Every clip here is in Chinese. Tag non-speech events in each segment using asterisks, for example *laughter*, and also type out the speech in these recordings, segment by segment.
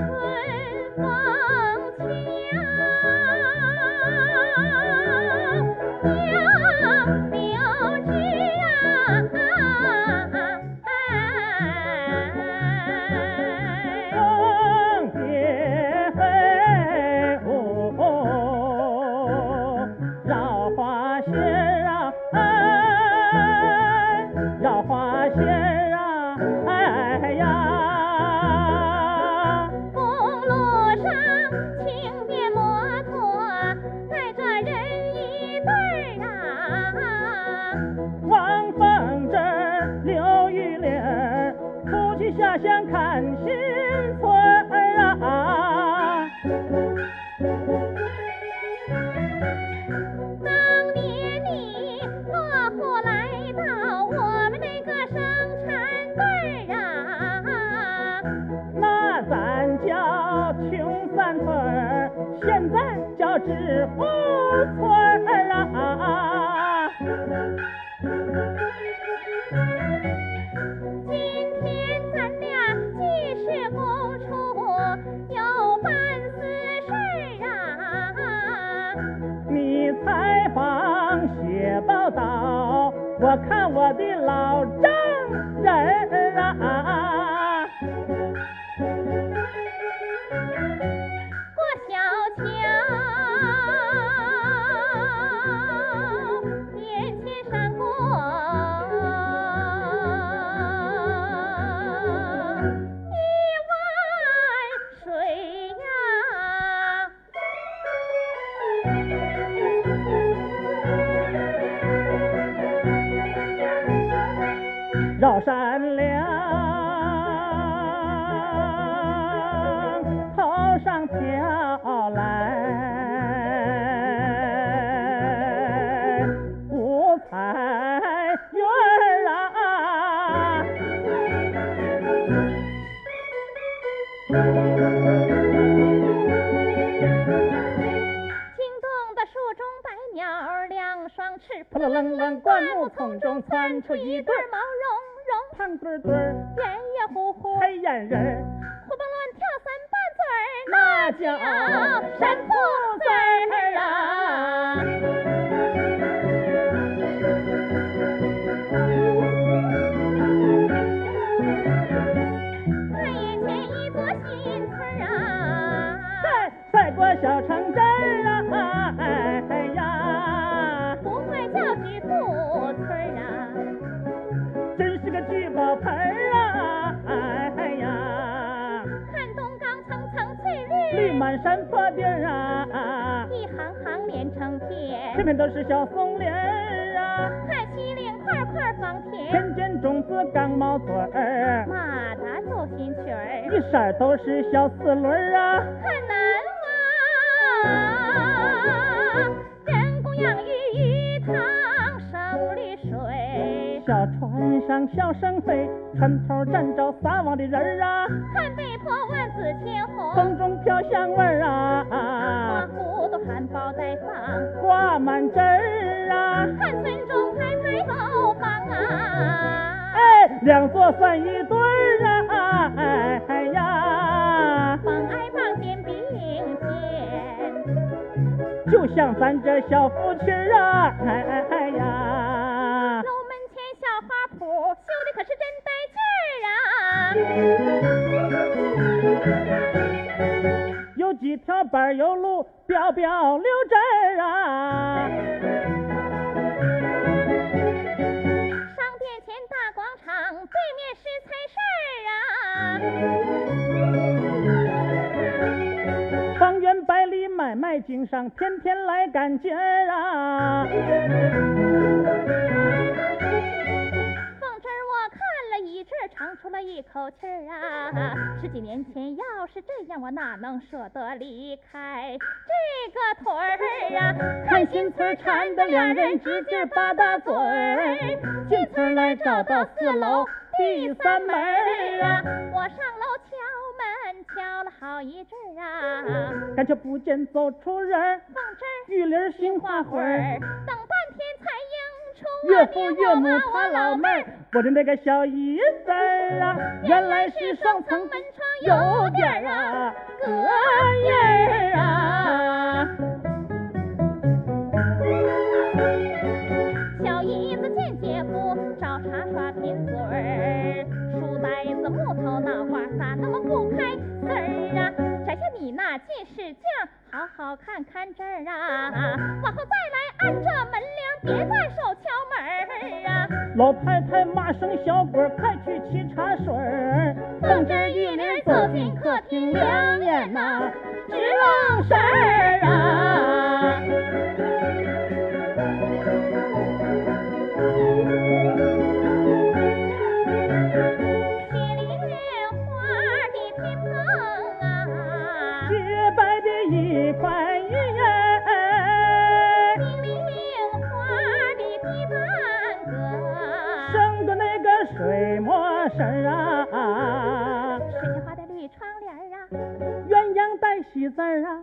哎啊哎啊哎啊啊啊啊啊绕山梁，头上飘来五彩云啊！惊动的树中白鸟，两双翅扑棱棱棱，灌木丛中窜出一对毛茸。胖墩墩儿，圆圆乎乎，黑眼仁儿，活蹦乱跳三瓣嘴儿，那叫山兔嘴儿啊！看眼前一座新村啊，哎在赛过小城镇啊，哎呀，不会叫局部村啊。聚宝盆儿啊，哎呀！看东岗层层翠绿，绿满山坡地儿啊，一行行连成片，这片都是小松林儿啊。看西岭块块方田，田间种子刚冒穗儿，马达奏新曲儿，一色都是小四轮儿啊。看南洼，人工养育鱼塘生绿水。小船上笑声飞，船头站着撒网的人儿啊！看北坡万紫千红，风中飘香味儿啊！花骨朵含苞待放，挂满枝儿啊！看村中排排楼房啊！哎，两座算一对儿啊！哎、哎、呀，棒挨棒肩并肩，就像咱这小夫妻儿啊！哎哎哎呀！修的可是真带劲儿啊！有几条柏油路标标溜针啊！商店前大广场对面是菜市啊！方圆百里买卖经商，天天来赶集儿啊！ *laughs* 一阵长出了一口气儿啊！十几年前要是这样，我哪能舍得离开这个屯儿啊？看新村缠的两人直劲八大嘴儿，进村来找到四楼。第三门儿啊啊，，我上楼敲门，敲了好一阵儿啊，感觉不见走出人儿，放这儿玉林儿心花魂儿。等半天才应出啊岳父你岳母我他我老妹儿儿，我的那个小姨子儿啊，原来是双双层门层门窗有有点点儿儿啊隔啊，隔夜夜儿啊儿啊。小姨子见姐夫找茬耍贫嘴儿，书呆子木头脑瓜咋那么不开丝儿啊？摘下你那近视镜，好好看看这儿啊，往后再来按这门铃，别再手敲门儿啊。老太太骂声小鬼儿，快去沏茶水儿。凤枝儿玉莲走进客厅，两眼呐直愣神儿啊！铁梨花的乒乓啊，洁白的一块玉儿，冰凌花的皮蛋格。生的那个水墨神儿啊，水仙花的绿窗帘儿啊，鸳鸯带喜字儿啊，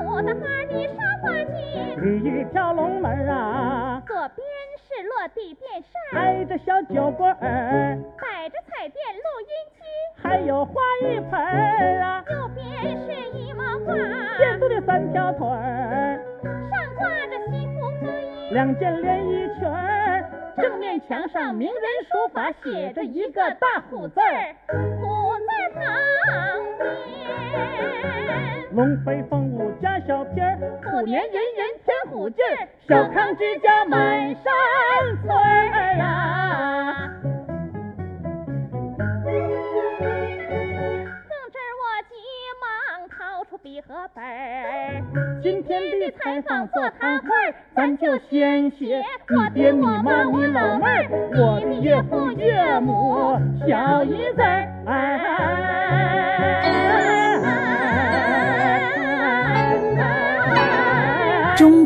牡丹花的纱花巾，鲤鱼跳龙门儿啊，左边是落地电扇，挨着小酒馆儿，摆着彩电录音机，还有花一盆儿啊，右边是一毛挂，箭肚的三条腿儿，上挂着西服风衣，两件连衣裙儿，正面墙上名人书法写着一个大虎字儿，，虎字旁边。龙飞凤舞加小撇儿，虎年人人添虎劲儿，小康之家满山村儿啊！啊碰这儿我急忙掏出笔和本儿，今天的采访座谈会，咱咱就就先学我爹你爹、你你妈妈、我你老老妹妹儿儿，我我的的岳岳父父岳岳母小母、小姨姨子子儿儿。中